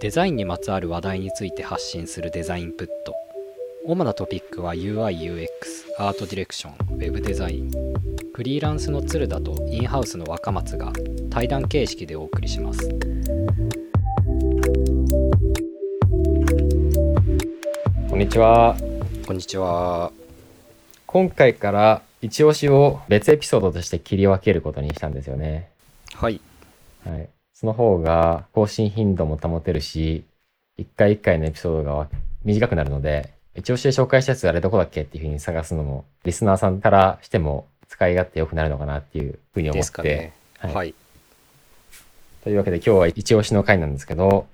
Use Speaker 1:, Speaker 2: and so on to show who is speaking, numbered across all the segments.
Speaker 1: デザインにまつわる話題について発信するデザインプット主なトピックは UIUX アートディレクションウェブデザインフリーランスの鶴田とインハウスの若松が対談形式でお送りします
Speaker 2: こんにちは。
Speaker 1: こんにちは
Speaker 2: 今回から一押しを別エピソードとして切り分けることにしたんですよね。
Speaker 1: はい
Speaker 2: はい。その方が更新頻度も保てるし、一回一回のエピソードが短くなるので、一押しで紹介したやつあれどこだっけっていうふうに探すのも、リスナーさんからしても使い勝手良くなるのかなっていうふうに思
Speaker 1: で
Speaker 2: っ
Speaker 1: すか
Speaker 2: て。
Speaker 1: ね
Speaker 2: はい
Speaker 1: はい
Speaker 2: というわけで今日は一押しの回なんですけど、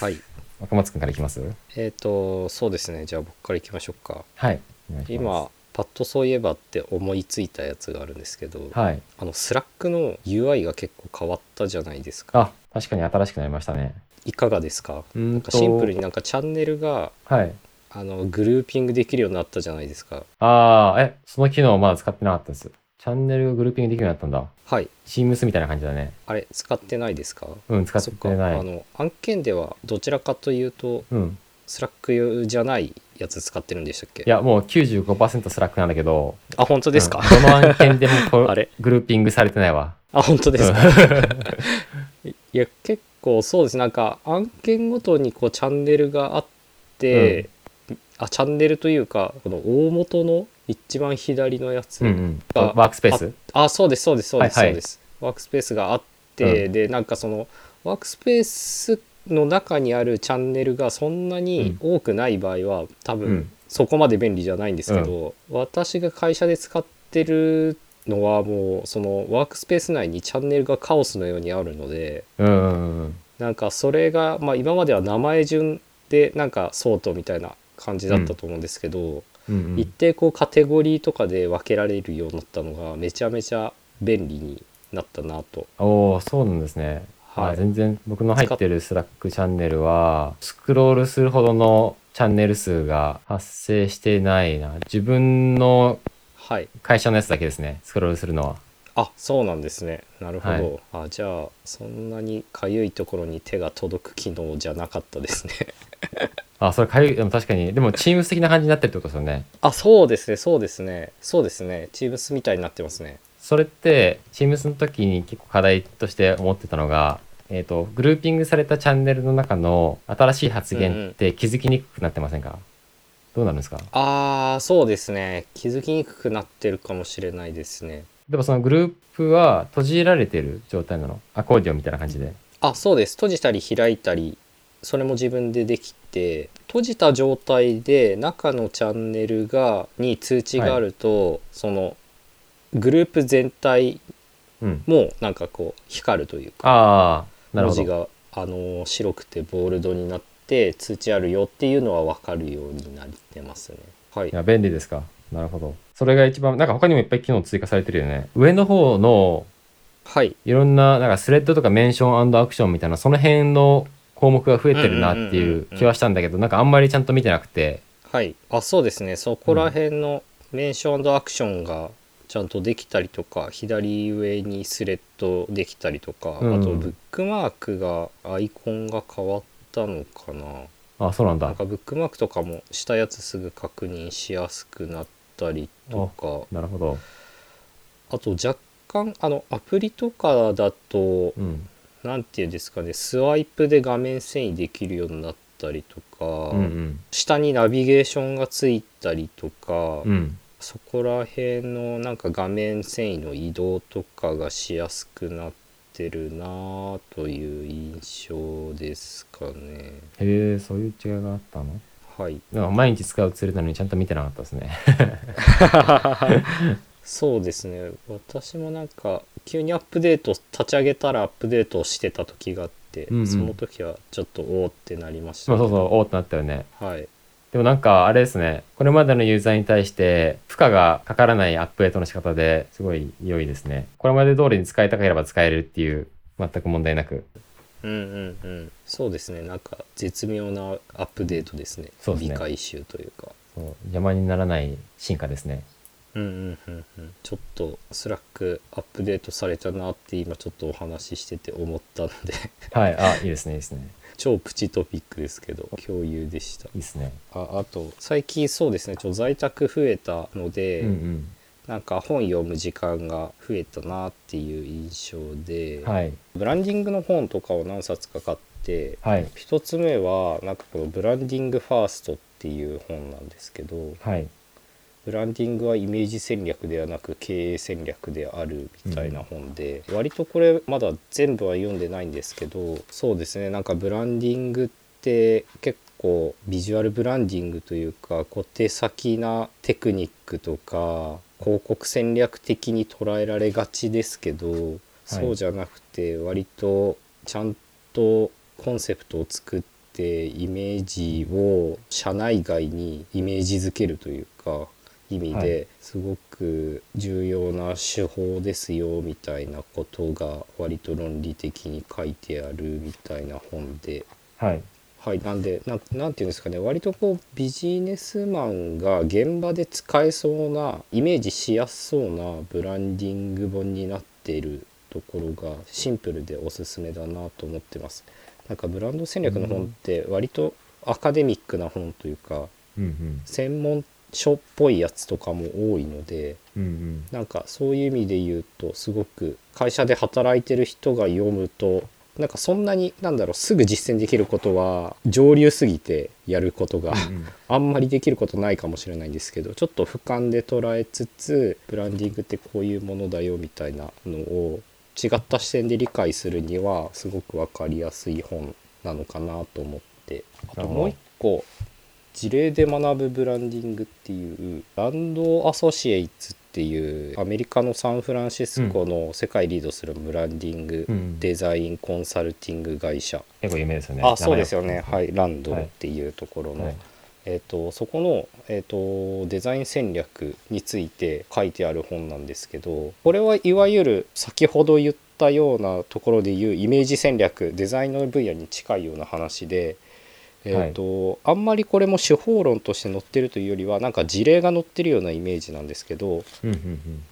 Speaker 1: はい
Speaker 2: 若松くんからいきます
Speaker 1: えっ、とそうですねじゃあ僕からいきましょうか
Speaker 2: はい。お願いしま
Speaker 1: 今パッとそういえばって思いついたやつがあるんですけど、
Speaker 2: すはい。
Speaker 1: あのスラックの UI が結構変わったじゃないですか
Speaker 2: あ、確かに新しくなりましたね。
Speaker 1: いかがですか
Speaker 2: うん
Speaker 1: なんかシンプルに。なんかチャンネルが
Speaker 2: はい。
Speaker 1: あのグルーピングできるようになったじゃないですか
Speaker 2: ああ、え、その機能まだ使ってなかったです。チャンネルがグルーピングできるようになったんだ。
Speaker 1: はい
Speaker 2: チームスみたいな感じだね。
Speaker 1: あれ使ってないですか
Speaker 2: うん、使って
Speaker 1: そっかあ
Speaker 2: ない。
Speaker 1: の案件ではどちらかというと
Speaker 2: うん。
Speaker 1: スラックじゃないやつ使ってるんでしたっけ
Speaker 2: いや、もう95%スラックなんだけど、
Speaker 1: あ本当ですか、
Speaker 2: うんどの案件でも こ
Speaker 1: あれ
Speaker 2: グルーピングされてないわ。
Speaker 1: あ本当ですか
Speaker 2: うん
Speaker 1: いや結構そうですなんか案件ごとにこうチャンネルがあって、あチャンネルというかこの大元の一番左のやつ、
Speaker 2: うんうん。
Speaker 1: あ
Speaker 2: ワークスペース
Speaker 1: あそうですそうですそうです、
Speaker 2: はいはい
Speaker 1: そうですワークスペースがあって、でなんかそのワークスペースの中にあるチャンネルがそんなに多くない場合は、多
Speaker 2: う
Speaker 1: 分
Speaker 2: ん
Speaker 1: そこまで便利じゃないんですけど、私が会社で使ってるのはもうそのワークスペース内にチャンネルがカオスのようにあるので
Speaker 2: うんうんうん。
Speaker 1: なんかそれが、まあ、今までは名前順でなんか相当みたいな感じだったと思うんですけど、
Speaker 2: うんう
Speaker 1: 一
Speaker 2: ん。
Speaker 1: 定こうカテゴリーとかで分けられるようになったのがめちゃめちゃ便利になったなと
Speaker 2: おおそうなんですね。
Speaker 1: はい
Speaker 2: あ全然僕の入ってるスラックチャンネルは、スクロールするほどのチャンネル数が発生してないな。自分の
Speaker 1: はい
Speaker 2: 会社のやつだけですね、スクロールするのは。
Speaker 1: あそうなんですねなるほど、あじゃあそんなにかゆいところに手が届く機能じゃなかったですね
Speaker 2: あ、それかゆい、でも確かに。でも、チームス的な感じになってるってことですよね。
Speaker 1: あそうですねそうですねそうですねチームスみたいになってますね
Speaker 2: それって、チームスの時に結構課題として思ってたのが、えっ、と、グルーピングされたチャンネルの中の新しい発言って気づきにくくなってませんか、どうなるんですか
Speaker 1: あーそうですね気づきにくくなってるかもしれないですね
Speaker 2: でも、そのグループは閉じられてる状態なのアコーディオンみたいな感じで。
Speaker 1: あそうです閉じたり開いたりそれも自分でできて閉じた状態で中のチャンネルがに通知があると、そのグループ全体
Speaker 2: うん。
Speaker 1: もなんかこう光るというか
Speaker 2: ああ、な
Speaker 1: 文
Speaker 2: るほ
Speaker 1: 字
Speaker 2: ど。
Speaker 1: があの白くてボールドになって通知あるよっていうのは分かるようになってますね。はい
Speaker 2: い、や、便利ですか。なるほど。それが一番、なんか他にもいっぱい機能追加されてるよね。上の方の
Speaker 1: はい、
Speaker 2: いろんな、なんかスレッドとかメンションアクションみたいな、その辺の項目が増えてるなって
Speaker 1: うんうんうん
Speaker 2: い
Speaker 1: うん
Speaker 2: う
Speaker 1: うん
Speaker 2: 気はしたんだけど、なんかあんまりちゃんと見てなくて、
Speaker 1: はい、あそうですねそこら辺のメンションアクションがちゃんとできたりとか左上にスレッドできたりとか、
Speaker 2: うん
Speaker 1: あとブックマークがアイコンが変わったのかな
Speaker 2: あ、そうなん
Speaker 1: なん
Speaker 2: だ。
Speaker 1: かブックマークとかもしたやつすぐ確認しやすくなったりとか
Speaker 2: なるほど。
Speaker 1: あと若干あのアプリとかだと
Speaker 2: うん。
Speaker 1: 何て言うんですかねスワイプで画面遷移できるようになったりとか、
Speaker 2: うんうん。
Speaker 1: 下にナビゲーションがついたりとか、
Speaker 2: うん。
Speaker 1: そこら辺のなんか画面遷移の移動とかがしやすくなってるなあという印象ですかね。
Speaker 2: へえ、そういう違いがあったの
Speaker 1: はい。
Speaker 2: なんか毎日使うツールなのにちゃんと見てなかったですね。
Speaker 1: そうですね。私もなんか急にアップデート立ち上げたらアップデートしてた時があって、
Speaker 2: うんうん
Speaker 1: その時はちょっとおおってなりました
Speaker 2: ま
Speaker 1: けど。
Speaker 2: あそうそう、おーってなったよね。
Speaker 1: はい。
Speaker 2: でもなんかあれですね、これまでのユーザーに対して負荷がかからないアップデートの仕方ですごい良いですね。これまで通りに使いたければ使えるっていう、全く問題なく。
Speaker 1: うんうんうん。そうですね。なんか絶妙なアップデートですね。
Speaker 2: そうですね
Speaker 1: 理解集というか。
Speaker 2: そう邪魔にならない進化ですね。
Speaker 1: うんうんうんうん、ちょっとスラックアップデートされたなって今ちょっとお話ししてて思ったので
Speaker 2: はい、あ、いいですね、いいですね。
Speaker 1: 超プチトピックですけど共有でした
Speaker 2: いいっすね。
Speaker 1: ああと最近そうですねちょっと在宅増えたので、
Speaker 2: うん
Speaker 1: なんか本読む時間が増えたなっていう印象で、
Speaker 2: うん。はい。
Speaker 1: ブランディングの本とかを何冊か買って
Speaker 2: はい。
Speaker 1: 一つ目はなんかこの「ブランディングファースト」っていう本なんですけど
Speaker 2: はい。
Speaker 1: ブランディングはイメージ戦略ではなく経営戦略であるみたいな本で、割とこれまだ全部は読んでないんですけどそうですねなんかブランディングって結構ビジュアルブランディングというか小手先なテクニックとか広告戦略的に捉えられがちですけどそうじゃなくて割とちゃんとコンセプトを作ってイメージを社内外にイメージづけるというか意味
Speaker 2: は
Speaker 1: ですごく重要な手法ですよみたいなことが割と論理的に書いてあるみたいな本で
Speaker 2: はい。
Speaker 1: はい、なんでなんなんていうんですかね割とこうビジネスマンが現場で使えそうなイメージしやすそうなブランディング本になっているところがシンプルでおすすめだなと思ってますなんかブランド戦略の本って割とアカデミックな本というか
Speaker 2: うん
Speaker 1: 専門書っぽいやつとかも多いので
Speaker 2: うん。うん
Speaker 1: なんかそういう意味で言うとすごく会社で働いてる人が読むとなんかそんなになんだろうすぐ実践できることは上流すぎてやることが
Speaker 2: うん。うん
Speaker 1: あんまりできることないかもしれないんですけどちょっと俯瞰で捉えつつブランディングってこういうものだよみたいなのを違った視点で理解するにはすごく分かりやすい本なのかなと思ってあともう一個事例で学ぶブランディングっていうランドアソシエイツっていうアメリカのサンフランシスコの世界リードするブランディング、
Speaker 2: うん
Speaker 1: デザインコンサルティング会社、
Speaker 2: 結構有名ですよね。
Speaker 1: あそうですよねはいランド
Speaker 2: はい
Speaker 1: っていうところの、
Speaker 2: はい
Speaker 1: えー、とそこの、えー、とデザイン戦略について書いてある本なんですけどこれはいわゆる先ほど言ったようなところでいうイメージ戦略デザインの分野に近いような話で、えーとあんまりこれも手法論として載ってるというよりはなんか事例が載ってるようなイメージなんですけど、
Speaker 2: うんうんうん。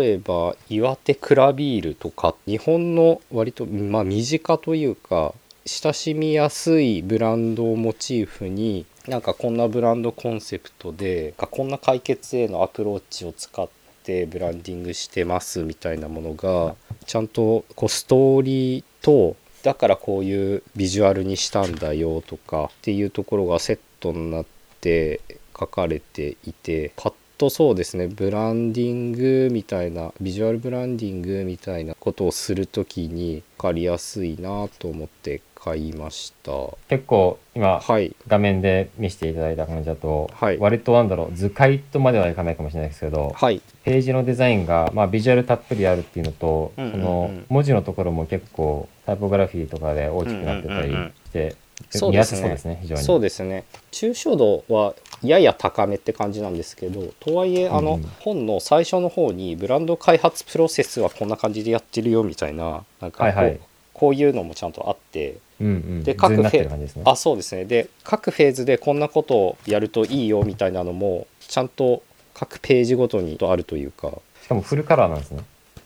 Speaker 1: 例えば岩手クラビールとか日本の割と、まあ、身近というか親しみやすいブランドをモチーフになんかこんなブランドコンセプトでなんかこんな解決へのアプローチを使ってブランディングしてますみたいなものがちゃんとこうストーリーとだからこういうビジュアルにしたんだよとかっていうところがセットになって書かれていてパッとそうですねブランディングみたいなビジュアルブランディングみたいなことをする時に分かりやすいなと思って買いました
Speaker 2: 結構今、
Speaker 1: はい
Speaker 2: 画面で見せていただいた感じだと、
Speaker 1: はい
Speaker 2: 割となんだろう図解とまではいかないかもしれないですけど
Speaker 1: はい
Speaker 2: ページのデザインが、まあ、ビジュアルたっぷりあるっていうのと、
Speaker 1: うんうんうん
Speaker 2: その文字のところも結構タイポグラフィーとかで大きくなってたり
Speaker 1: うんうんうんうん
Speaker 2: して、
Speaker 1: そうですね
Speaker 2: 見やすそうですね非常に
Speaker 1: そうですね抽象度はやや高めって感じなんですけどとはいえあの、
Speaker 2: うんうん
Speaker 1: 本の最初の方にブランド開発プロセスはこんな感じでやってるよみたいななんかこう,、
Speaker 2: はいはい
Speaker 1: こういうのもちゃんとあって
Speaker 2: うんうん、
Speaker 1: で
Speaker 2: 図
Speaker 1: 各
Speaker 2: になって
Speaker 1: フ
Speaker 2: る
Speaker 1: ェ
Speaker 2: 感じですね
Speaker 1: あそうですねで各フェーズでこんなことをやるといいよみたいなのもちゃんと各ページごとにあるというか
Speaker 2: しかもフルカラーなんですね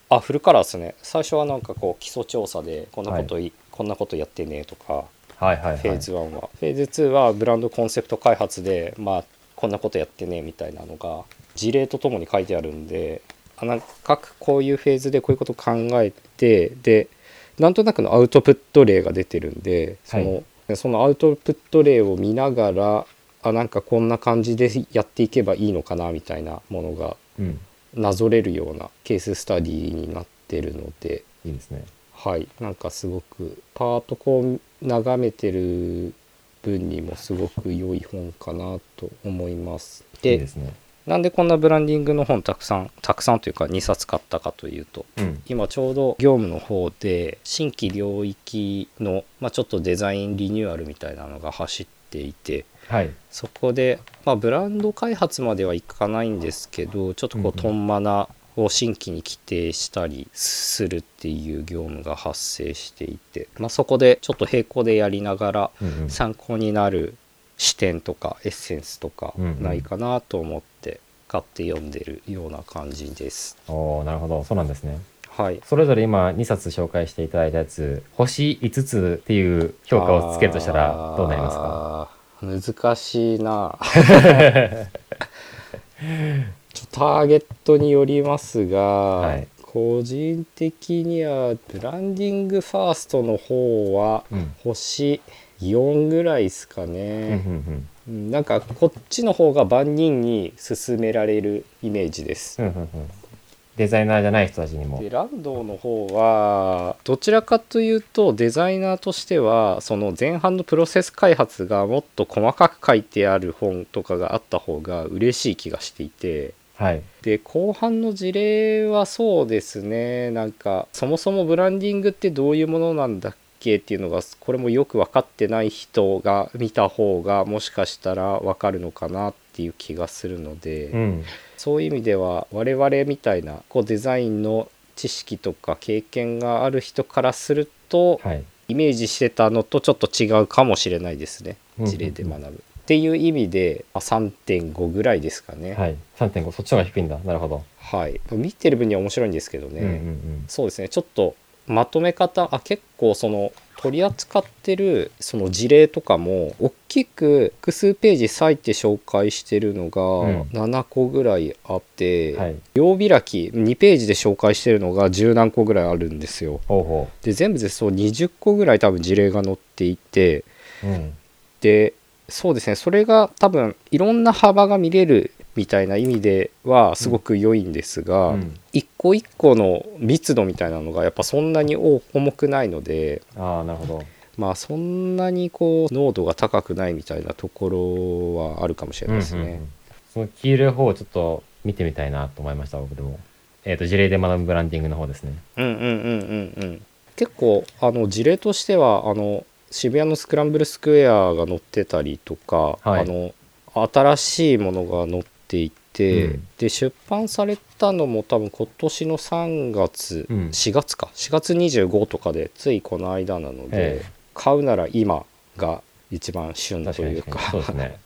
Speaker 1: あフルカラーですね最初はなんかこう基礎調査でこんなことい、こんなことやってねとか
Speaker 2: はいはいはい
Speaker 1: フェーズ1は、フェーズ2はブランドコンセプト開発でまあこんなことやってねみたいなのが事例とともに書いてあるんであなんか各こういうフェーズでこういうこと考えてでなんとなくのアウトプット例が出てるんでその,、そのアウトプット例を見ながらあなんかこんな感じでやっていけばいいのかなみたいなものが
Speaker 2: うん
Speaker 1: なぞれるようなケーススタディになってるので
Speaker 2: いいですね
Speaker 1: はい、なんかすごくパートこう眺めてる分にもすごく良い本かなと思います。で
Speaker 2: いいですね
Speaker 1: なんでこんなブランディングの本たくさんたくさんというか2冊買ったかというと
Speaker 2: うん
Speaker 1: 今ちょうど業務の方で新規領域の、まあ、ちょっとデザインリニューアルみたいなのが走っていて
Speaker 2: はい
Speaker 1: そこで、まあ、ブランド開発まではいかないんですけどちょっとこ
Speaker 2: うんうん
Speaker 1: うトンマナを新規に規定したりするっていう業務が発生していて、まあ、そこでちょっと並行でやりながら
Speaker 2: うんうん
Speaker 1: 参考になる視点とかエッセンスとか
Speaker 2: うんうん
Speaker 1: ないかなと思って買って読んでるような感じです。
Speaker 2: おーなるほどそうなんですね
Speaker 1: はい
Speaker 2: それぞれ今2冊紹介していただいたやつ、星5つっていう評価をつけるとしたらどうなりますか
Speaker 1: すか難しい なちょっとターゲットによりますが、
Speaker 2: い
Speaker 1: 個人的にはブランディングファーストの方は
Speaker 2: うん。
Speaker 1: 星4ぐらいですか
Speaker 2: うんうん
Speaker 1: ね、
Speaker 2: うん
Speaker 1: うんなんかこっちの方が万人に勧められるイメージです
Speaker 2: うんうんうんデザイナーじゃない人たちにも
Speaker 1: で。ランドーの方はどちらかというとデザイナーとしてはその前半のプロセス開発がもっと細かく書いてある本とかがあった方が嬉しい気がしていて
Speaker 2: はい。
Speaker 1: で後半の事例はそうですねなんかそもそもブランディングってどういうものなんだっけっていうのがこれもよく分かってない人が見た方がもしかしたら分かるのかなっていう気がするので。
Speaker 2: うん。
Speaker 1: そういう意味では我々みたいなこうデザインの知識とか経験がある人からすると
Speaker 2: はい。
Speaker 1: イメージしてたのとちょっと違うかもしれないですね
Speaker 2: うん
Speaker 1: 事例で学ぶ。っていう意味でまあ3.5ぐらいですかね、はい
Speaker 2: はい。3.5、そっちの方が低いんだ。なるほど。
Speaker 1: 見てる分には面白いんですけどね、
Speaker 2: うんうんうん。
Speaker 1: そうですねちょっとまとめ方あ結構その取り扱ってるその事例とかも大きく複数ページ割いて紹介してるのが
Speaker 2: うん
Speaker 1: 7個ぐらいあって、
Speaker 2: はい。
Speaker 1: 曜開き2ページで紹介してるのが十何個ぐらいあるんですよ
Speaker 2: ほうほ
Speaker 1: で全部でそう20個ぐらい多分事例が載っていて
Speaker 2: う。うん。
Speaker 1: でそうですねそれが多分いろんな幅が見れるみたいな意味ではすごく良いんですが、
Speaker 2: うん
Speaker 1: 一個一個の密度みたいなのがやっぱそんなに重くないので
Speaker 2: ああ、なるほど。
Speaker 1: まあそんなにこう濃度が高くないみたいなところはあるかもしれないですね。
Speaker 2: うんうんうんその黄色い方をちょっと見てみたいなと思いました、僕でも。えっ、と、事例で学ぶブランディングの方ですね。
Speaker 1: うんうんうんうんうん結構あの事例としてはあの渋谷のスクランブルスクエアが載ってたりとか、
Speaker 2: はい
Speaker 1: あの新しいものが載っていて、
Speaker 2: うん
Speaker 1: で出版されたのも多分今年の3月、
Speaker 2: うん
Speaker 1: 4月か4月25とかでついこの間なので、
Speaker 2: ええ
Speaker 1: 買うなら今が一番旬と
Speaker 2: 確か
Speaker 1: い
Speaker 2: に
Speaker 1: う
Speaker 2: 確
Speaker 1: か
Speaker 2: かに。そうです ね。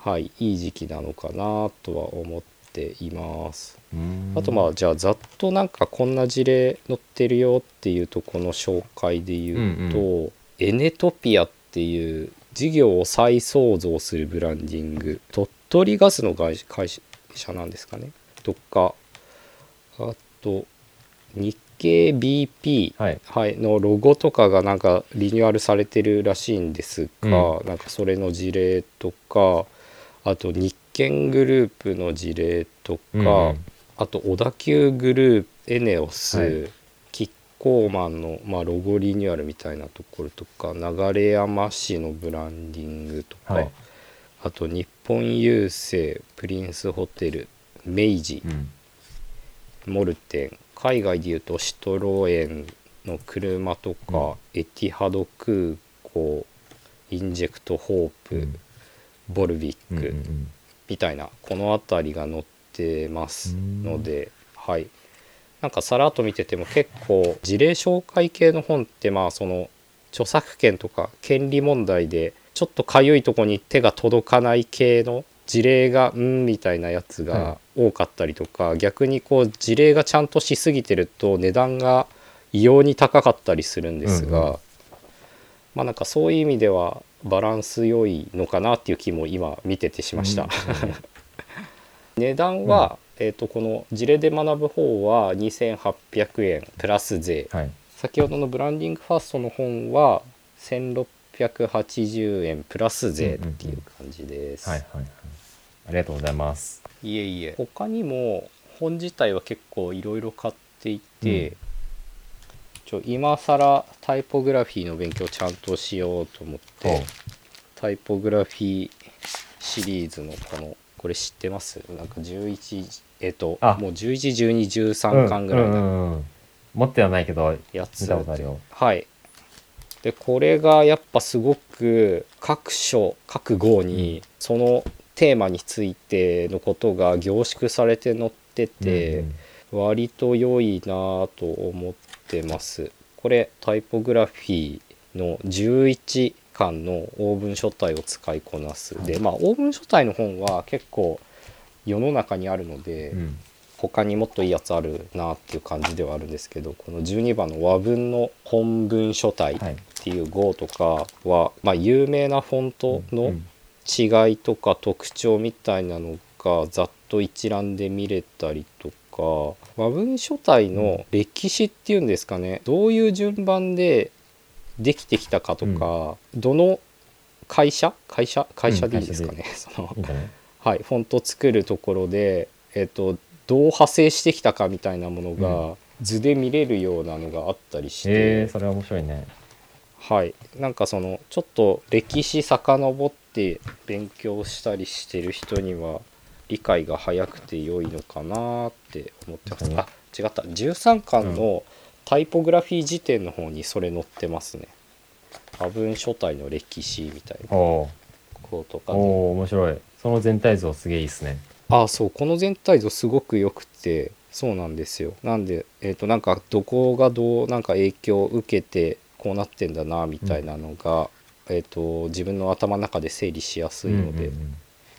Speaker 1: はい、いい時期なのかなとは思っています。
Speaker 2: うーん
Speaker 1: あとまあじゃあざっとなんかこんな事例載ってるよっていうとこの紹介で言うと、
Speaker 2: う
Speaker 1: エネトピアっていう事業を再創造するブランディング鳥取ガスの会会社なんですかねとかあと日経 BP、
Speaker 2: はい。
Speaker 1: はい、のロゴとかがなんかリニューアルされてるらしいんですが、なんかそれの事例とかあと日建グループの事例とか、
Speaker 2: うんうん
Speaker 1: あと小田急グループエネオス、
Speaker 2: はい
Speaker 1: キッコーマンの、まあ、ロゴリニューアルみたいなところとか流山市のブランディングとか、
Speaker 2: はい
Speaker 1: あと日本郵政プリンスホテル明治
Speaker 2: うん。
Speaker 1: モルテン海外でいうとシトロエンの車とか、エティハド空港インジェクトホープ、
Speaker 2: うん
Speaker 1: ボルビ
Speaker 2: う
Speaker 1: ッ
Speaker 2: んうん
Speaker 1: ク
Speaker 2: うん
Speaker 1: みたいなこの辺りが載ってますので、はいなんかさらっと見てても結構事例紹介系の本ってまあその著作権とか権利問題でちょっとかゆいとこに手が届かない系の事例がうんみたいなやつが多かったりとか、逆にこう事例がちゃんとしすぎてると値段が異様に高かったりするんですが、
Speaker 2: うんうん
Speaker 1: まあなんかそういう意味ではバランス良いのかなっていう気も今見ててしました。値段は、えー、とこの事例で学ぶ方は2800円プラス税
Speaker 2: はい。
Speaker 1: 先ほどのブランディングファーストの本は1680円プラス税っていう感じです、
Speaker 2: はいはいはい。ありがとうございます。
Speaker 1: いえいえ他にも本自体は結構いろいろ買っていて、
Speaker 2: うん
Speaker 1: ちょ今更タイポグラフィーの勉強ちゃんとしようと思って、
Speaker 2: ほう
Speaker 1: タイポグラフィーシリーズのこのこれ知ってますなんか11えっと
Speaker 2: あ
Speaker 1: もう111213巻ぐらい
Speaker 2: うん
Speaker 1: の
Speaker 2: うんうん持ってはないけど、
Speaker 1: やつ
Speaker 2: 見
Speaker 1: で
Speaker 2: たことあるよ。
Speaker 1: はいでこれがやっぱすごく各章各号にそのテーマについてのことが凝縮されて載ってて、
Speaker 2: うんうん
Speaker 1: 割と良いなぁと思ってますこれタイポグラフィーの11巻のオーブン書体を使いこなすでまあオーブン書体の本は結構世の中にあるので、
Speaker 2: うん
Speaker 1: 他にもっといいやつあるなっていう感じではあるんですけどこの12番の和文の本文書体っ
Speaker 2: はい。
Speaker 1: ていう号とかは、まあ、有名なフォント
Speaker 2: う
Speaker 1: の
Speaker 2: ん
Speaker 1: 違いとか特徴みたいなのがざっと一覧で見れたりとか和文書体の歴史っていうんですかねどういう順番でできてきたかとか、どの会社会社会社でいいですかね、その
Speaker 2: いいんじゃない
Speaker 1: はい、フォント作るところで、えっとどう派生してきたかみたいなものが図で見れるようなのがあったりして、
Speaker 2: えー、それは面白いね。
Speaker 1: はい、なんかそのちょっと歴史遡って勉強したりしてる人には理解が早くて良いのかなって思ってます、
Speaker 2: うん
Speaker 1: あ違った13巻のタイポグラフィー辞典の方にそれ載ってますね多分書体の歴史みたいな
Speaker 2: おー
Speaker 1: ことかね
Speaker 2: おー面白い。その全体像すげえいいっすね。
Speaker 1: あそうこの全体像すごく良くてそうなんですよなんでえっ、となんかどこがどうなんか影響を受けてこうなってんだなみたいなのが、えっ、と自分の頭の中で整理しやすいので、
Speaker 2: うんうんうん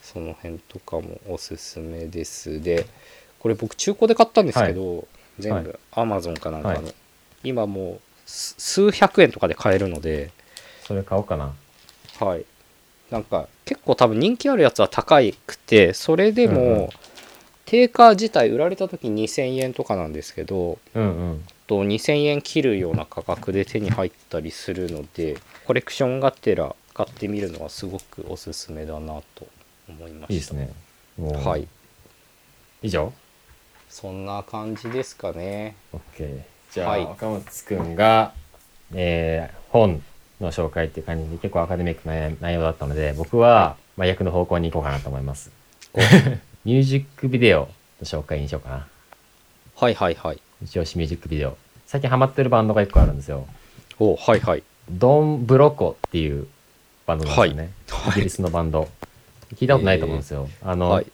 Speaker 1: その辺とかもおすすめですでこれ僕中古で買ったんですけど、全部 Amazon かなんかの、
Speaker 2: は
Speaker 1: 今もうす数百円とかで買えるので
Speaker 2: それ買おうかな。
Speaker 1: はい、なんか結構多分人気あるやつは高くてそれでも、
Speaker 2: うんうん
Speaker 1: 定価自体売られた時2000円とかなんですけど
Speaker 2: うんうん。
Speaker 1: と2000円切るような価格で手に入ったりするのでコレクションがてら買ってみるのはすごくおすすめだなと思いました
Speaker 2: いいですね。もう
Speaker 1: はい。
Speaker 2: 以上
Speaker 1: そんな感じですかね
Speaker 2: ?OK。じゃあ、
Speaker 1: はい
Speaker 2: 若松くんが、えー本の紹介っていう感じで結構アカデミックな内容だったので、僕は真逆の方向に行こうかなと思います。 ミュージックビデオの紹介にしようかな。
Speaker 1: はいはいはい
Speaker 2: 一押しミュージックビデオ。最近ハマってるバンドが一個あるんですよ。
Speaker 1: おはいはい
Speaker 2: ドン・ブロコっていうバンドなんですよね。イ
Speaker 1: は
Speaker 2: ギ
Speaker 1: い
Speaker 2: リスのバンド。聞いたことないと思うんですよ。あの、
Speaker 1: はい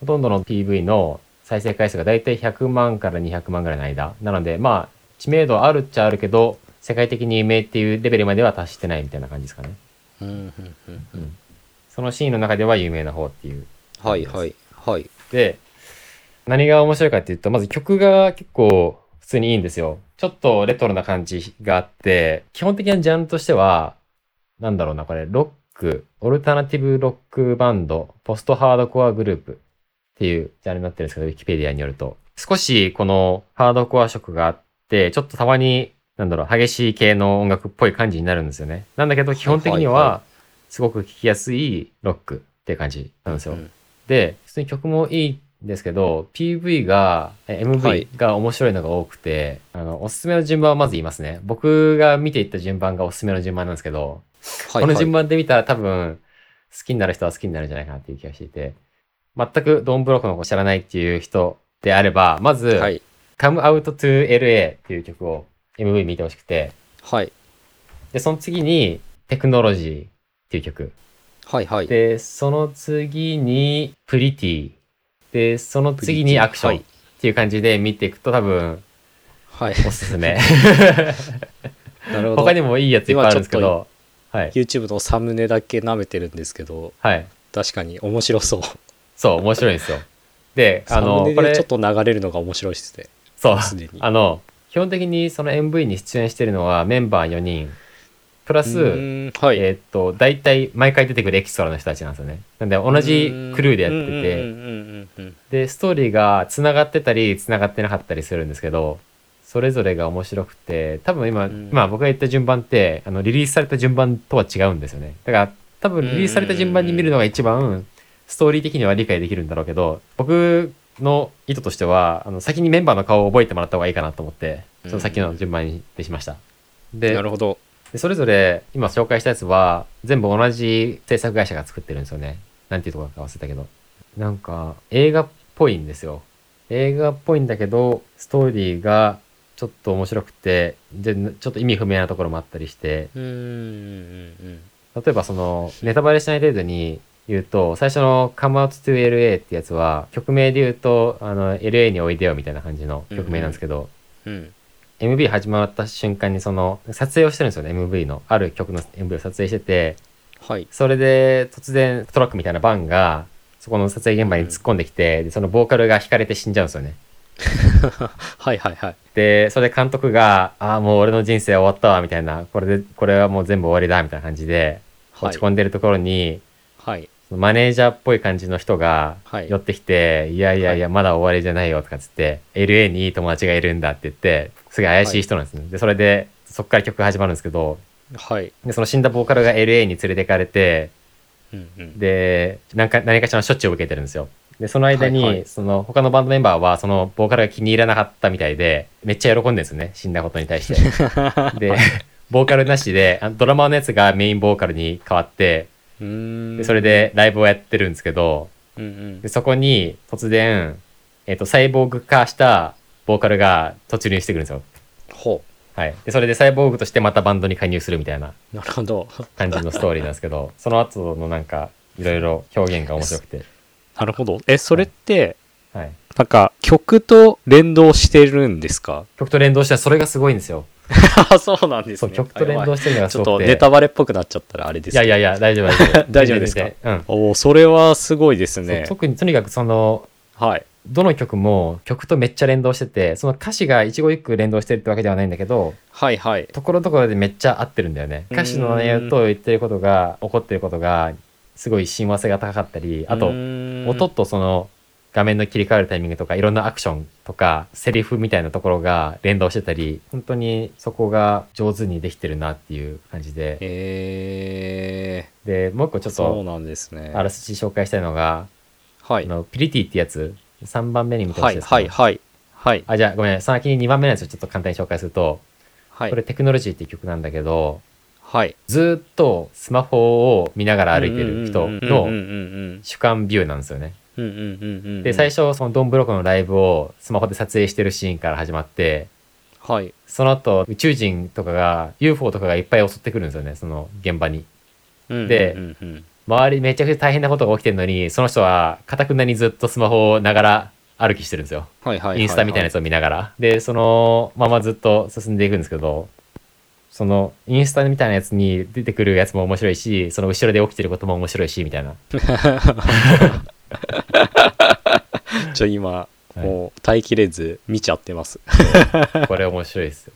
Speaker 2: ほとんどの PV の再生回数がだいたい100万から200万ぐらいの間。なので、まあ、知名度あるっちゃあるけど、世界的に有名っていうレベルまでは達してないみたいな感じですかね。
Speaker 1: うんうんうんうん
Speaker 2: そのシーンの中では有名な方っていう。
Speaker 1: はいはいはい
Speaker 2: で、何が面白いかっていうと、まず曲が結構普通にいいんですよ。ちょっとレトロな感じがあって、基本的なジャンルとしては、なんだろうな、これ、ロック、オルタナティブロックバンド、ポストハードコアグループっていうジャンルになってるんですけど、ウィキペディアによると。少しこのハードコア色があって、ちょっとたまに、なんだろう、激しい系の音楽っぽい感じになるんですよね。なんだけど、基本的に
Speaker 1: はい
Speaker 2: は
Speaker 1: は、
Speaker 2: すごく聴きやすいロックっていう感じなんですよ。
Speaker 1: うん
Speaker 2: で、普通に曲もいいんですけど、PV が、え
Speaker 1: は
Speaker 2: MV
Speaker 1: い
Speaker 2: が面白いのが多くて、あの、おすすめの順番をまず言いますね。僕が見ていった順番がおすすめの順番なんですけど、
Speaker 1: はい
Speaker 2: この
Speaker 1: はい
Speaker 2: 順番で見たら多分、好きになる人は好きになるんじゃないかなっていう気がしていて、全くドンブロックのこと知らないっていう人であれば、まず、
Speaker 1: はい
Speaker 2: Come Out to LA っていう曲を MV 見てほしくて、
Speaker 1: はい
Speaker 2: で、その次に、テクノロジーっていう曲。
Speaker 1: はいはい
Speaker 2: で、その次に、プリティ。で、その次にアクション
Speaker 1: は
Speaker 2: っ
Speaker 1: い
Speaker 2: ていう感じで見ていくと多分、
Speaker 1: はい
Speaker 2: おすすめ。
Speaker 1: なるほど
Speaker 2: 他にもいいやついっぱいあるんですけど。はい。
Speaker 1: YouTube のサムネだけ舐めてるんですけど
Speaker 2: はい。
Speaker 1: 確かに面白そう
Speaker 2: そう、面白いんですよ。で、あ
Speaker 1: サム
Speaker 2: の、
Speaker 1: ネ
Speaker 2: こ
Speaker 1: で
Speaker 2: れ
Speaker 1: ちょっ、と流れるのが面白いですね
Speaker 2: そう
Speaker 1: すでに、
Speaker 2: あの、基本的にその MV に出演してるのはメンバー4人、プラ
Speaker 1: う
Speaker 2: ス、
Speaker 1: ーんはい、
Speaker 2: えーっと、大体毎回出てくるエキストラの人たちなんですよね。なんで、同じクルーでやって
Speaker 1: うん
Speaker 2: て、
Speaker 1: うんうんうんうん
Speaker 2: でストーリーがつながってたりつながってなかったりするんですけどそれぞれが面白くて多分今、
Speaker 1: うん
Speaker 2: まあ僕が言った順番ってあのリリースされた順番とは違うんですよねだから多分リリースされた順番に見るのが一番ストーリー的には理解できるんだろうけど僕の意図としてはあの先にメンバーの顔を覚えてもらった方がいいかなと思って
Speaker 1: うん
Speaker 2: その先の順番にしました、で
Speaker 1: なるほど
Speaker 2: でそれぞれ今紹介したやつは全部同じ制作会社が作ってるんですよねなんていうところか忘れたけどなんか映画っぽいんですよ映画っぽいんだけどストーリーがちょっと面白くてでちょっと意味不明なところもあったりして
Speaker 1: うーんうんうん
Speaker 2: 例えばそのネタバレしない程度に言うと最初の「Come Out to LA」ってやつは曲名で言うとあの LA においでよみたいな感じの曲名なんですけど、
Speaker 1: うんうん
Speaker 2: MV 始まった瞬間にその撮影をしてるんですよね MV のある曲の MV を撮影してて
Speaker 1: はい
Speaker 2: それで突然トラックみたいなバンがそこの撮影現場に突っ込んできて、でそのボーカルが惹かれて死んじゃうんですよね。
Speaker 3: はいはいはい。
Speaker 2: で、それで監督が、ああ、もう俺の人生終わったわ、みたいな、これで、これはもう全部終わりだ、みたいな感じで、
Speaker 3: はい
Speaker 2: 落ち込んでるところに、
Speaker 3: はい。
Speaker 2: そのマネージャーっぽい感じの人が
Speaker 3: はい
Speaker 2: 寄ってきて、い、やいやいや、まだ終わりじゃないよとかっつって、LA にいい友達がいるんだって言って、すごい怪しい人なんですね。で、それで、そっから曲が始まるんですけど、
Speaker 3: はい。
Speaker 2: でその死んだボーカルが LA に連れてかれて、
Speaker 3: うんうん。
Speaker 2: で、なんか何かしらの処置を受けてるんですよ。で、その間に、
Speaker 3: はいはい
Speaker 2: その他のバンドメンバーは、そのボーカルが気に入らなかったみたいで、めっちゃ喜んでるんですよね、死んだことに 対して。で、ボーカルなしで、あのドラマーのやつがメインボーカルに変わって、
Speaker 3: うー
Speaker 2: で
Speaker 3: ん。
Speaker 2: それでライブをやってるんですけど、
Speaker 3: うんうん
Speaker 2: で。そこに突然、えっとサイボーグ化したボーカルが突入してくるんですよ。
Speaker 3: ほ
Speaker 2: はい、でそれでサイボーグとしてまたバンドに加入するみたいな
Speaker 3: う。なるほど。
Speaker 2: 感じのストーリーなんですけどその後のなんかいろいろ表現が面白くて、
Speaker 3: なるほど。え、それって、
Speaker 2: はい、
Speaker 3: なんか曲と連動してるんですか
Speaker 2: 曲と連動したらそれがすごいんですよ。
Speaker 3: あそうなんです
Speaker 2: そう
Speaker 3: ね。
Speaker 2: 曲と連動
Speaker 3: し
Speaker 2: してるのが
Speaker 3: ち
Speaker 2: す
Speaker 3: ょっ
Speaker 2: ご
Speaker 3: と
Speaker 2: くて
Speaker 3: ネタバレっぽくなっちゃったらあれで
Speaker 2: い
Speaker 3: す
Speaker 2: や
Speaker 3: けど
Speaker 2: いやいや大丈夫大丈夫
Speaker 3: 大丈夫ですか
Speaker 2: 全然うん
Speaker 3: おーそれはすごいですね
Speaker 2: そう。特にとにかくその
Speaker 3: はい。
Speaker 2: どの曲も曲とめっちゃ連動しててその歌詞が一語一句連動してるってわけではないんだけど
Speaker 3: はいはい。
Speaker 2: ところどころでめっちゃ合ってるんだよね
Speaker 3: うん
Speaker 2: 歌詞の内容と言ってることが起こってることがすごい親和性が高かったりあ
Speaker 3: う
Speaker 2: と
Speaker 3: ーん
Speaker 2: 音とその画面の切り替わるタイミングとかいろんなアクションとかセリフみたいなところが連動してたり本当にそこが上手にできてるなっていう感じで
Speaker 3: え
Speaker 2: でもう一個
Speaker 3: ー、
Speaker 2: ちょっ
Speaker 3: そう
Speaker 2: と
Speaker 3: なんですね。
Speaker 2: あらすじ紹介したいのが
Speaker 3: は
Speaker 2: あ
Speaker 3: い。
Speaker 2: のピリティってやつ3番目に見てほ
Speaker 3: は
Speaker 2: し
Speaker 3: い
Speaker 2: いですけど
Speaker 3: はいはい。はい。
Speaker 2: あじゃあごめん先に2番目のやつをちょっと簡単に紹介すると
Speaker 3: はい
Speaker 2: こ。れ「テクノロジー」っていう曲なんだけど
Speaker 3: はい。
Speaker 2: ずーっとスマホを見ながら歩いてる人
Speaker 3: うんうん
Speaker 2: の
Speaker 3: うん
Speaker 2: 主観ビューなんですよね。
Speaker 3: うんうんうんうんうんうん。
Speaker 2: で最初そのドンブロコのライブをスマホで撮影してるシーンから始まって
Speaker 3: はい。
Speaker 2: その後宇宙人とかが UFO とかがいっぱい襲ってくるんですよねその現場に。で
Speaker 3: うんうんうん
Speaker 2: 周りめちゃくちゃ大変なことが起きてるのにその人はかたくなにずっとスマホをながら歩きしてるんですよ。
Speaker 3: はいはいはいはい。
Speaker 2: インスタみたいなやつを見ながら。で、そのままずっと進んでいくんですけど、そのインスタみたいなやつに出てくるやつも面白いし、その後ろで起きてることも面白いし、みたいな。
Speaker 3: ちょ、今、
Speaker 2: い
Speaker 3: もう耐えきれず見ちゃってます。
Speaker 2: これ面白い ですよ。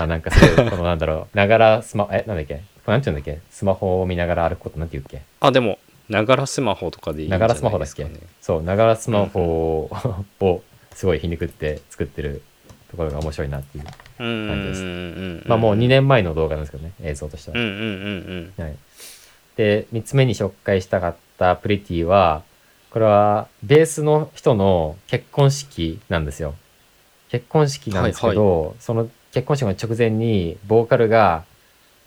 Speaker 2: あ、なんかすごい、このなんだろう。ながらスマ、え、なんだっけこれなんて言うんだっけスマホを見ながら歩くことなんて言うっけ
Speaker 3: あ、でも、ながらスマホとかでいいんじ
Speaker 2: な
Speaker 3: ゃな
Speaker 2: が
Speaker 3: い
Speaker 2: ら
Speaker 3: です
Speaker 2: ス
Speaker 3: か、
Speaker 2: マ
Speaker 3: ね。
Speaker 2: ホだっけ、そう、ながらスマホを をすごい皮肉って作ってるところが面白いなっていう。
Speaker 3: うんうんうんうん。
Speaker 2: まあもう2年前の動画なんですけどね、映像としては
Speaker 3: うん。うんうん
Speaker 2: はい、で3つ目に紹介したかったプリティはこれはベースの人の結婚式なんですよ結婚式なんですけど、その結婚式の直前にボーカルが「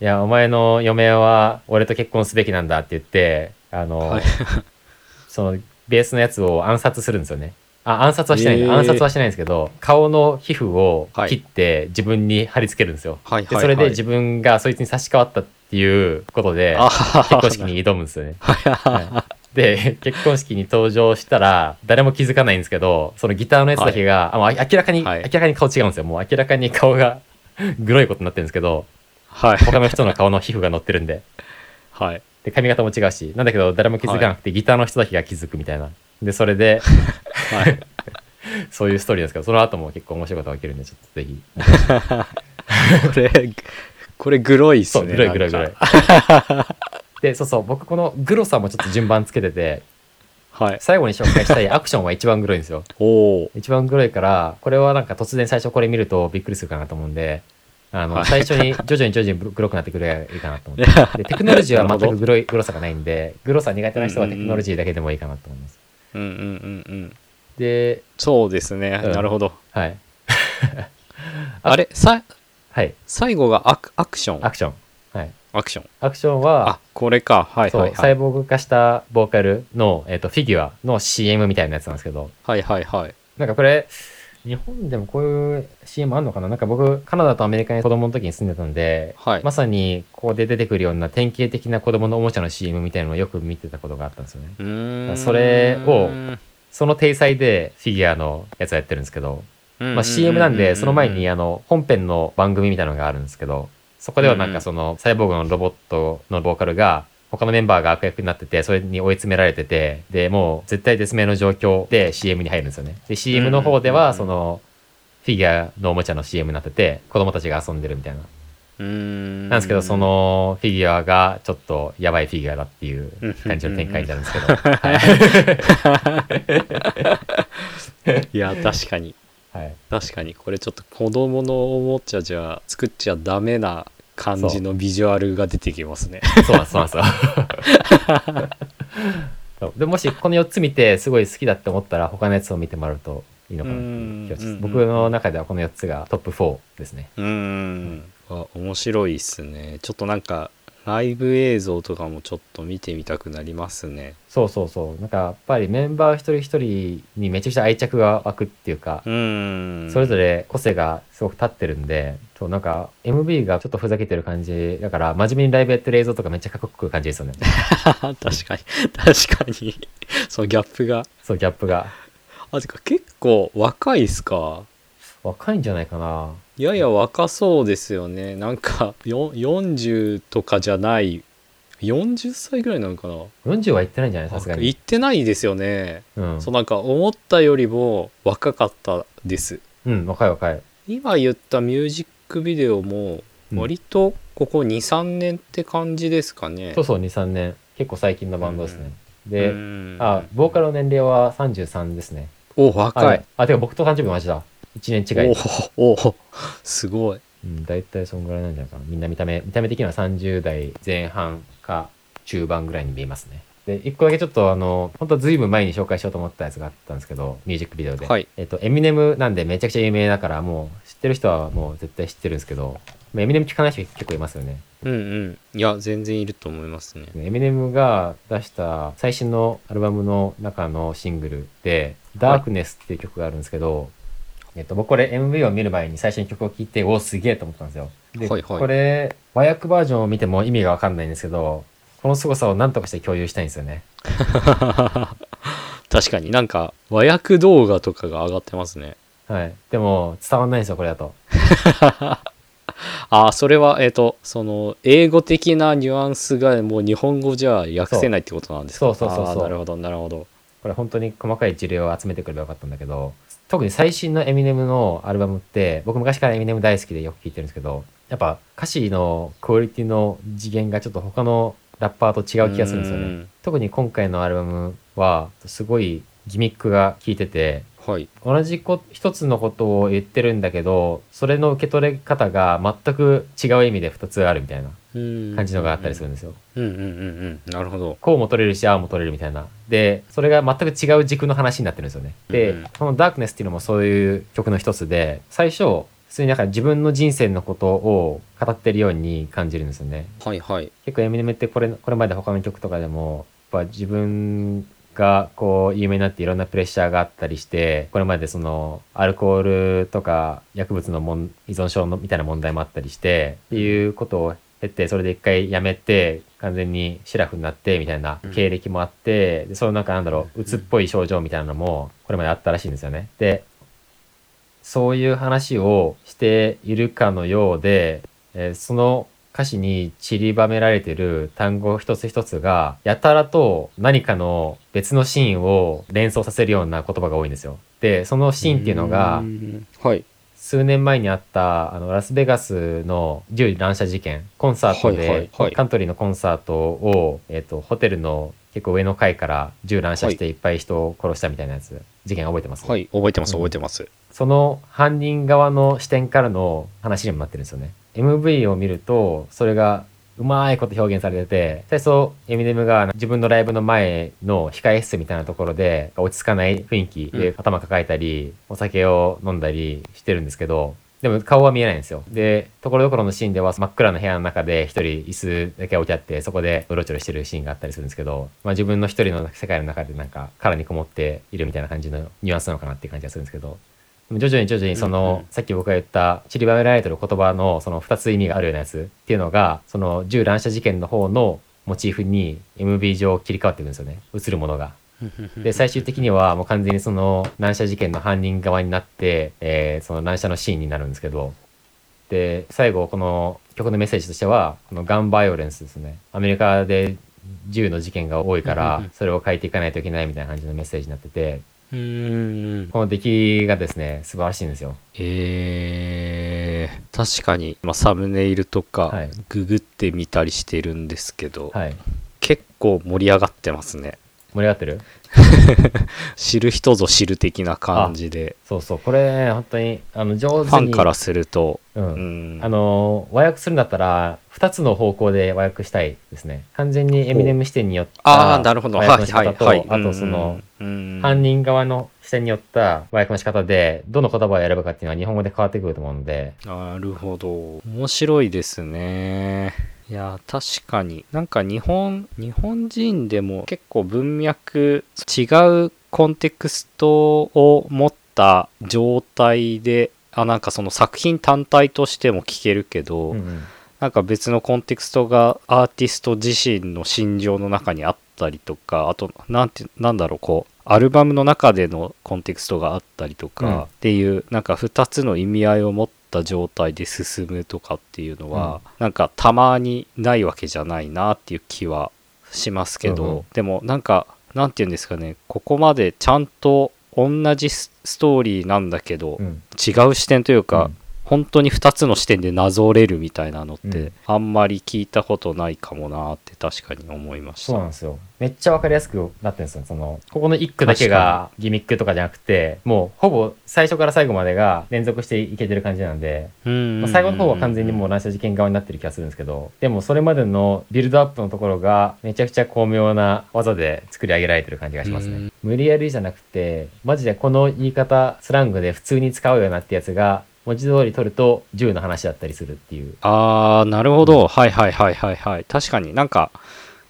Speaker 2: いやお前の嫁は俺と結婚すべきなんだ」って言ってあの、
Speaker 3: うん。はい。
Speaker 2: そのベースのやつを暗殺するんですよねあ暗殺はしてない、
Speaker 3: えー
Speaker 2: 暗殺はしてないんですけど顔の皮膚を切って自分に貼り付けるんですよ、
Speaker 3: はい
Speaker 2: でそれで自
Speaker 3: 分
Speaker 2: 分がそいつに差し替わったっていうことで
Speaker 3: 結
Speaker 2: 結婚式に挑むんですよね。はいで 結婚式に登場したら誰も気づかないんですけどそのギターのやつだけが、あもう明らかに、
Speaker 3: はい
Speaker 2: 明らかに顔違うんですよもう明らかに顔が 黒いことになってるんですけど
Speaker 3: はい。
Speaker 2: 他の人の顔の皮膚が乗ってるんで
Speaker 3: はい。
Speaker 2: で髪型も違うしなんだけど誰も気づかなくて、ギターの人だけが気づくみたいなでそ れで
Speaker 3: はい。
Speaker 2: そういうストーリーなんですけどその後も結構面白いことが起きるんでちょっとぜひ
Speaker 3: これ、これグロいっす
Speaker 2: そう
Speaker 3: ね。
Speaker 2: グロいグロいグロ
Speaker 3: なん
Speaker 2: い
Speaker 3: か
Speaker 2: でそうそう僕このグロさもちょっと順番つけてて
Speaker 3: はい。
Speaker 2: 最後に紹介したいアクションは一番グロいんですよ
Speaker 3: お お。
Speaker 2: 一番黒いからこれはなんか突然最初これ見るとびっくりするかなと思うんであ
Speaker 3: は
Speaker 2: の
Speaker 3: い
Speaker 2: 最初に徐々に徐々に黒くなってくればいいかな と思ってでテクノロジーは全く黒い黒さがないんで黒さ苦手な人はテクノロジーだけでもいいかなと思います
Speaker 3: うんうんうんうん。
Speaker 2: で
Speaker 3: そうですね。
Speaker 2: うん
Speaker 3: なるほど。
Speaker 2: はい
Speaker 3: あれ、さ、
Speaker 2: はい
Speaker 3: 最後がアクアクショ
Speaker 2: ア
Speaker 3: ン
Speaker 2: クションはい
Speaker 3: アクション。
Speaker 2: アクションは
Speaker 3: あ、これか。はい
Speaker 2: そう、
Speaker 3: はいは
Speaker 2: サイ
Speaker 3: い。
Speaker 2: ボーグ化したボーカルの、えっとフィギュアの CM みたいなやつなんですけど
Speaker 3: はいはいはい。
Speaker 2: なんかこれ、日本でもこういう CM あんのかななんか僕、カナダとアメリカに子供の時に住んでたんで、
Speaker 3: はい
Speaker 2: まさにここで出てくるような典型的な子供のおもちゃの CM みたいなのをよく見てたことがあったんですよね。
Speaker 3: うーん
Speaker 2: それをその体裁でフィギュアのやつをやってるんですけど、まあ、CM なんで、その前にあの本編の番組みたいなのがあるんですけど、そこではなんかそのサイボーグのロボットのボーカルが、他のメンバーが悪役になってて、それに追い詰められてて、で、もう絶対絶命の状況で CM に入るんですよね。で、CM の方で
Speaker 1: うんう
Speaker 2: は、
Speaker 1: んう
Speaker 2: そ
Speaker 1: ん
Speaker 2: の、フィギュアのおもちゃの CM になってて、子供たちが遊んでるみたいな。
Speaker 1: うん
Speaker 2: なんですけど、そのフィギュアがちょっとやばいフィギュアだっていう感じの展開になるんですけど、
Speaker 1: いや確かに
Speaker 2: はい。
Speaker 1: 確かにこれちょっと子供のおもちゃじゃ作っちゃダメな感じのビジュアルが出てきますね。
Speaker 2: そうなんです、そうなんですよそう。でもしこの4つ見てすごい好きだって思ったら他のやつを見てもらうといいのかなっていう気がしま
Speaker 1: うん
Speaker 2: す。僕の中ではこの4つがトップ4ですね。
Speaker 1: うーん あ面白いっすねちょっとなんかライブ映像とかもちょっと見てみたくなりますね。
Speaker 2: そうそうそう。なんかやっぱりメンバー一人一人にめちゃくちゃ愛着が湧くっていうか
Speaker 1: う、ーん
Speaker 2: それぞ
Speaker 1: れ
Speaker 2: れ個性がすごく立ってるんで、そうなんか MV がちょっとふざけてる感じだから、真面目にライブやってる映像とかめっちゃかっこよく感じですよね。
Speaker 1: 確かに確かに そのギャップが
Speaker 2: そう、ギャップが。
Speaker 1: あてか結構若いっすか
Speaker 2: 若いんじゃないかな。
Speaker 1: やや若そうですよねなんかよ40とかじゃない40歳ぐらいなのかな
Speaker 2: 40は行ってないんじゃないさすが
Speaker 1: あ行
Speaker 2: に。
Speaker 1: ってないですよね
Speaker 2: うん
Speaker 1: そう。なんか思ったよりも若かったです
Speaker 2: うん、若い若い。
Speaker 1: 今言ったミュージックビデオも
Speaker 2: うん
Speaker 1: 割とここ23年って感じですかね
Speaker 2: そうそう、2、3年。結構最近のバンドですね。で、
Speaker 1: うん
Speaker 2: あ、ボーカルの年齢は33ですね。
Speaker 1: お
Speaker 2: あ
Speaker 1: 若い。
Speaker 2: あ、てか僕と誕生日同じだ。1年違
Speaker 1: お
Speaker 2: い。
Speaker 1: おおすごい
Speaker 2: うん、大体そんぐらいなんじゃないかな。みんな見た目、見た目的には30代前半か中盤ぐらいに見えますね。で、一個だけちょっとあの、本当はずいぶん前に紹介しようと思ったやつがあったんですけど、ミュージックビデオで。
Speaker 1: はい
Speaker 2: えっと、エミネムなんでめちゃくちゃ有名だから、もう知ってる人はもう絶対知ってるんですけど、まあエミネム聞かない人結構いますよね。
Speaker 1: うんうんいや全然いると思いますね
Speaker 2: エミネムが出した最新のアルバムの中のシングルで、ダークネスっていう曲があるんですけど、えっと、僕これ MV を見る前に最初に曲を聴いて、おお、すげえと思ったんですよ。で、
Speaker 1: はいはい
Speaker 2: これ、和訳バージョンを見ても意味がわかんないんですけど、この凄さを何とかして共有したいんですよね。
Speaker 1: 確かになんか和訳動画とかが上がってますね
Speaker 2: はい。でも、伝わんないんですよ、これだと。
Speaker 1: あそれはえっ、とその英語的なニュアンスがもう日本語じゃ訳せないってことなんですか
Speaker 2: そうそうそうそうそう
Speaker 1: あーなるほどなるほど
Speaker 2: これ本当に細かい事例を集めてくればよかったんだけど、特に最新のエミネムのアルバムって、僕昔からエミネム大好きでよく聴いてるんですけど、やっぱ歌詞のクオリティの次元がちょっと他のラッパーと違う気がするんですよ
Speaker 1: う
Speaker 2: ね。
Speaker 1: ん
Speaker 2: 特に今回のアルバムは、すごいギミックが効いてて、
Speaker 1: はい
Speaker 2: 同じこ一つのことを言ってるんだけど、それの受け取れ方が全く違う意味で二つあるみたいな
Speaker 1: 感
Speaker 2: 感じのがあったりするんですよ。
Speaker 1: うんうんうんうんなるほど
Speaker 2: こうも取れるし、ああも取れるみたいな。で、それが全く違う軸の話になってるんですよね。で、
Speaker 1: うん
Speaker 2: このダークネスっていうのもそういう曲の一つで、最初、普通になんか自分の人生のことを語ってるように感じるんですよね。
Speaker 1: はいはい
Speaker 2: 結構エミネムってこれ、これまで他の曲とかでも、やっぱ自分がこう有名になっていろんなプレッシャーがあったりして、これまでそのアルコールとか薬物のもん依存症のみたいな問題もあったりして、っていうことを経て、それで一回やめて、完全にシラフになってみたいな
Speaker 1: うん
Speaker 2: 経歴もあって、でそのなんかなんだろ
Speaker 1: うん
Speaker 2: う、鬱っぽい症状みたいなのもこれまであったらしいんですよね。で、そういう話をしているかのようで、えーその歌詞に散りばめられてる単語一つ一つが、やたらと何かの別のシーンを連想させるような言葉が多いんですよ。で、そのシーンっていうのが
Speaker 1: う、んはい
Speaker 2: 数年前にあった、あの、ラスベガスの銃乱射事件、コンサートで、
Speaker 1: はいはいはい
Speaker 2: カントリーのコンサートを、えっ、と、ホテルの結構上の階から銃乱射していっぱい人を殺したみたいなやつ、事件覚えてます
Speaker 1: はい覚えてます
Speaker 2: うん
Speaker 1: 覚えてます
Speaker 2: その犯人側の視点からの話にもなってるんですよね。MV を見ると、それがうまいこと表現されてて、最初、エミネムが自分のライブの前の控え室みたいなところで、落ち着かない雰囲気で
Speaker 1: うん
Speaker 2: 頭抱えたり、お酒を飲んだりしてるんですけど、でも顔は見えないんですよ。で、ところどころのシーンでは真っ暗な部屋の中で一人椅子だけ置いてあって、そこでうろちょろしてるシーンがあったりするんですけど、まあ自分の一人の世界の中でなんか殻にこもっているみたいな感じのニュアンスなのかなっていう感じがするんですけど、でも徐々に徐々にそ
Speaker 1: うん
Speaker 2: の、
Speaker 1: うん
Speaker 2: さっき僕が言った散りばめられてる言葉のその2つ意味があるようなやつっていうのが、その銃乱射事件の方のモチーフに MV 上切り替わっていくんですよね。映るものが。で最終的にはもう完全にその乱射事件の犯人側になって、えーその乱射のシーンになるんですけどで最後この曲のメッセージとしてはこのガンバイオレンスですねアメリカで銃の事件が多い
Speaker 1: う
Speaker 2: か
Speaker 1: ん
Speaker 2: ら
Speaker 1: うん
Speaker 2: それを変えていかないといけないみたいな感じのメッセージになってて
Speaker 1: うーん
Speaker 2: この出来がですね素晴らしいんですよ
Speaker 1: えー、確かに、まあ、サムネイルと
Speaker 2: は
Speaker 1: か
Speaker 2: い
Speaker 1: ググってみたりしてるんですけど、
Speaker 2: はい
Speaker 1: 結構盛り上がってますね
Speaker 2: 盛り上がってる
Speaker 1: 知る人ぞ知る的な感じで
Speaker 2: そうそうこれ本当にあの上
Speaker 1: フ
Speaker 2: 手
Speaker 1: ァン
Speaker 2: に
Speaker 1: からすると、
Speaker 2: う
Speaker 1: うんん、
Speaker 2: あの和訳するんだったら2つの方向で和訳したいですね完全にエミネム視点によった
Speaker 1: ああなるほど
Speaker 2: 和
Speaker 1: はい
Speaker 2: 訳の仕
Speaker 1: はい
Speaker 2: 方と
Speaker 1: はい
Speaker 2: あとその、
Speaker 1: うん
Speaker 2: 犯人側の視点によった和訳の仕方でどの言葉を選ぶかっていうのは日本語で変わってくると思うので
Speaker 1: なるほど面白いですねいや確かになんか日本日本人でも結構文脈違うコンテクストを持った状態であなんかその作品単体としても聞けるけど、
Speaker 2: うんうん
Speaker 1: なんか別のコンテクストがアーティスト自身の心情の中にあったりとかあとなんてなんだろうこうアルバムの中でのコンテクストがあったりと
Speaker 2: うん
Speaker 1: かっていう、なんか2つの意味合いを持った状態で進むとかっていうのは、なんかたまにないわけじゃないなっていう気はしますけど、
Speaker 2: うんうん
Speaker 1: でもなんかなんて言うんですかねここまでちゃんと同じスストーリーなんだけど、
Speaker 2: うん
Speaker 1: 違う視点というか、
Speaker 2: うん
Speaker 1: 本当に2つの視点でなぞれるみたいなのって、
Speaker 2: うん
Speaker 1: あんまり聞いたことないかもなーって確かに思いまし
Speaker 2: そうなん
Speaker 1: た
Speaker 2: ですよめっちゃわかりやすくなってるんですよそのここの一句だけがギミックとかじゃなくてもうほぼ最初から最後までが連続していけてる感じなんで、
Speaker 1: うんうんうんうん
Speaker 2: まあ最後の方は完全にもう乱射事件側になってる気がするんですけどでもそれまでのビルドアップのところがめちゃくちゃ巧妙な技で作り上げられてる感じがします
Speaker 1: うん
Speaker 2: ね無理やりじゃなくてマジでこの言い方スラングで普通に使うよなってやつが文字通り取ると銃の話だったりするっていう
Speaker 1: あーなるほど、はいはいはいはいはい確かになんか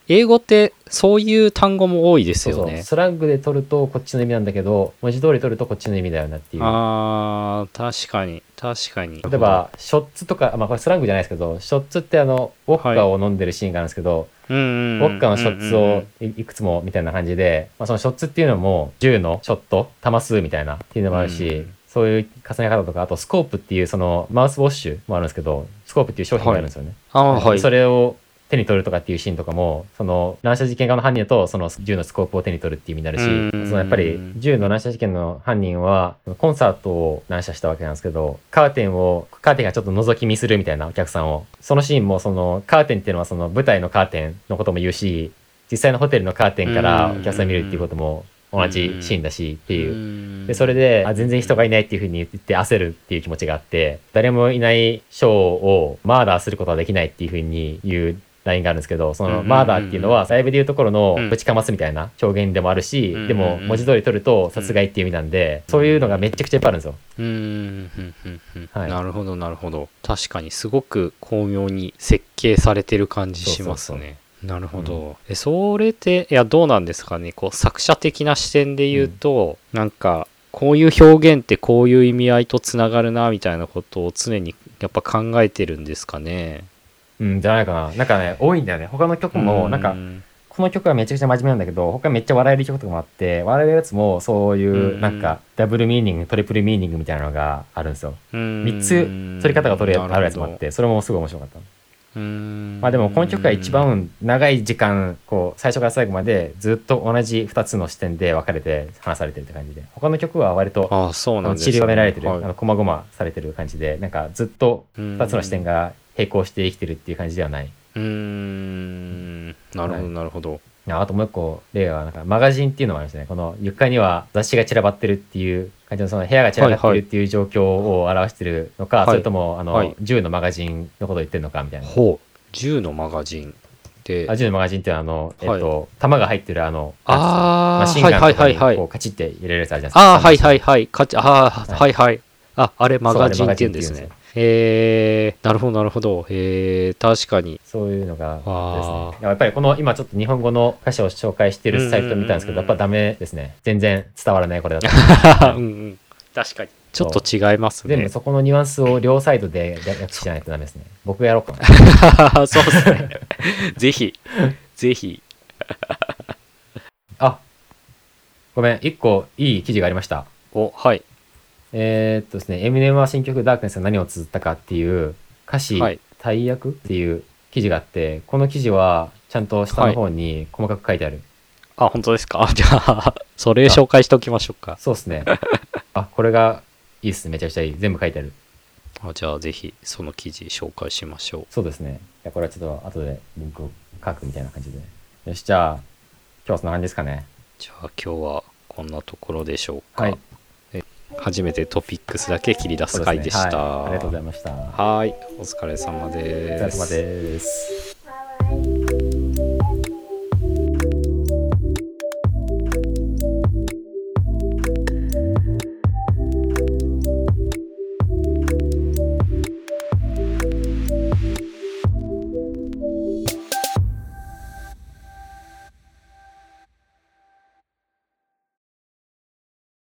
Speaker 1: 英語ってそういう単語も多いですよ
Speaker 2: そうそ
Speaker 1: ね
Speaker 2: うスラングで取るとこっちの意味なんだけど文字通り取るとこっちの意味だよなっていう
Speaker 1: あー確かに確かに
Speaker 2: 例えば、ショッツとか、まあ、これスラングじゃないですけど、ショッツってあの、ウォッカを飲んでるシーンがあるんですけど、
Speaker 1: うんうんうん
Speaker 2: ウォッカのショッツをいいくつもみたいな感じで、まあ、そのショッツっていうのも、銃のショット、弾数みたいなっていうのもあるし、
Speaker 1: うん
Speaker 2: そういう重ね方とか、あとスコープっていうその、マウスウォッシュもあるんですけど、スコープっていう商品があるんですよね。
Speaker 1: あーはい
Speaker 2: それを手に取るとかっていうシーンとかも、その乱射事件側の犯人だと、その銃のスコープを手に取るっていう意味になるし、
Speaker 1: うん
Speaker 2: そのやっぱり銃の乱射事件の犯人は、コンサートを乱射したわけなんですけど、カーテンを、カーテンがちょっと覗き見するみたいなお客さんを、そのシーンも、そのカーテンっていうのはその舞台のカーテンのことも言うし、実際のホテルのカーテンからお客さん見るっていうことも同じシーンだしっていう
Speaker 1: う。ん
Speaker 2: でそれであ全然人がいないっていうふうに言って焦るっていう気持ちがあって誰もいないショーをマーダーすることはできないっていうふうに言うラインがあるんですけどそ
Speaker 1: うんうん
Speaker 2: の
Speaker 1: うん
Speaker 2: マーダーっていうのはライブでいうところの
Speaker 1: うん
Speaker 2: ぶちかますみたいな表現でもあるし
Speaker 1: うんうんうん
Speaker 2: でも文字通り取ると殺害っていう意味なんでそういうのがめちゃくちゃいっぱいあるんですよ。
Speaker 1: うーんふんふんふん
Speaker 2: はい
Speaker 1: なるほどなるほど確かにすごく巧妙に設計されてる感じします
Speaker 2: そうそう
Speaker 1: ねなるほど、えそれっていやどうなんですかねこう作者的な視点で言うと、なんかこういう表現ってこういう意味合いとつながるなみたいなことを常にやっぱ考えてるんですかね
Speaker 2: うん、じゃないかな。なんかね、多いんだよね。他の曲も、なんか、この曲はめちゃくちゃ真面目なんだけど、他めっちゃ笑える曲とかもあって、笑えるやつも、そうい
Speaker 1: うんうん
Speaker 2: う、なんか、ダブルミーニング、トリプルミーニングみたいなのがあるんですよ。
Speaker 1: 3
Speaker 2: 3つ取り方が取れあるやつもあってそれもすごい面白かったまあでもこの曲が一番長い時間こう最初から最後までずっと同じ2つの視点で分かれて話されてるって感じで他の曲は割と
Speaker 1: ああそう
Speaker 2: あ
Speaker 1: なん
Speaker 2: の
Speaker 1: です
Speaker 2: 散りばめられてる、
Speaker 1: はい
Speaker 2: あの細々されてる感じでなんかずっと2つの視点が並行して生きてるっていう感じではないう
Speaker 1: ーんなるほどなるほど、
Speaker 2: ああともう一個例はなんかマガジンっていうのもありましたねこの床には雑誌が散らばってるっていう感じのその部屋が散らかってるっていう状況を表してるのか、
Speaker 1: はい
Speaker 2: それともあの、
Speaker 1: はい
Speaker 2: 銃のマガジンのことを言ってるのかみたいな
Speaker 1: ほう銃のマガジンで
Speaker 2: アジのマガジンっていうのはあの、
Speaker 1: はい
Speaker 2: えっと、弾が入ってるあの、
Speaker 1: あー
Speaker 2: マシンガンとか
Speaker 1: はいはいはいは
Speaker 2: に
Speaker 1: い
Speaker 2: こうカチッて入れるやつあるじゃないですか。
Speaker 1: ああはいはいはいかちああはいはいああれマガジンって言うんです
Speaker 2: そうあれ
Speaker 1: ね
Speaker 2: マガ
Speaker 1: へえなるほどなるほどへえ確かに
Speaker 2: そういうのが
Speaker 1: あー
Speaker 2: ですね。やっぱりこの今ちょっと日本語の歌詞を紹介してるサイト見たんですけど、
Speaker 1: う
Speaker 2: や
Speaker 1: ん
Speaker 2: っぱダメですね。全然伝わらないこれだと。
Speaker 1: うんうん確かにちょっと違います
Speaker 2: 全部
Speaker 1: ね
Speaker 2: そこのニュアンスを両サイドでや訳しないとダメですね。僕がやろうか な。
Speaker 1: そうです ねぜひぜひ
Speaker 2: あごめん、一個いい記事がありました。
Speaker 1: おはい
Speaker 2: えーっとですね、エミネムは新曲ダークネスが何を綴ったかっていう歌詞、
Speaker 1: はい
Speaker 2: 大役っていう記事があって、この記事はちゃんと下の方に細かく書いてある。
Speaker 1: あ、本当です かじゃあ、それ紹介しておきましょうか。
Speaker 2: そうです ね。あ、これがいいですね。めちゃくちゃいい。全部書いてある。
Speaker 1: あじゃあ、ぜひ、その記事紹介しましょう。
Speaker 2: そうですね。いやこれはちょっと後でリンクを書くみたいな感じで。よし、じゃあ、今日はそんな感じですかね。
Speaker 1: じゃあ、今日はこんなところでしょうか。
Speaker 2: はい。
Speaker 1: 初めてトピックスだけ切り出
Speaker 2: そ
Speaker 1: す
Speaker 2: うですね
Speaker 1: 回でした。
Speaker 2: はいありがとうございました。
Speaker 1: はい、お疲れ様です。
Speaker 2: お疲れ様です。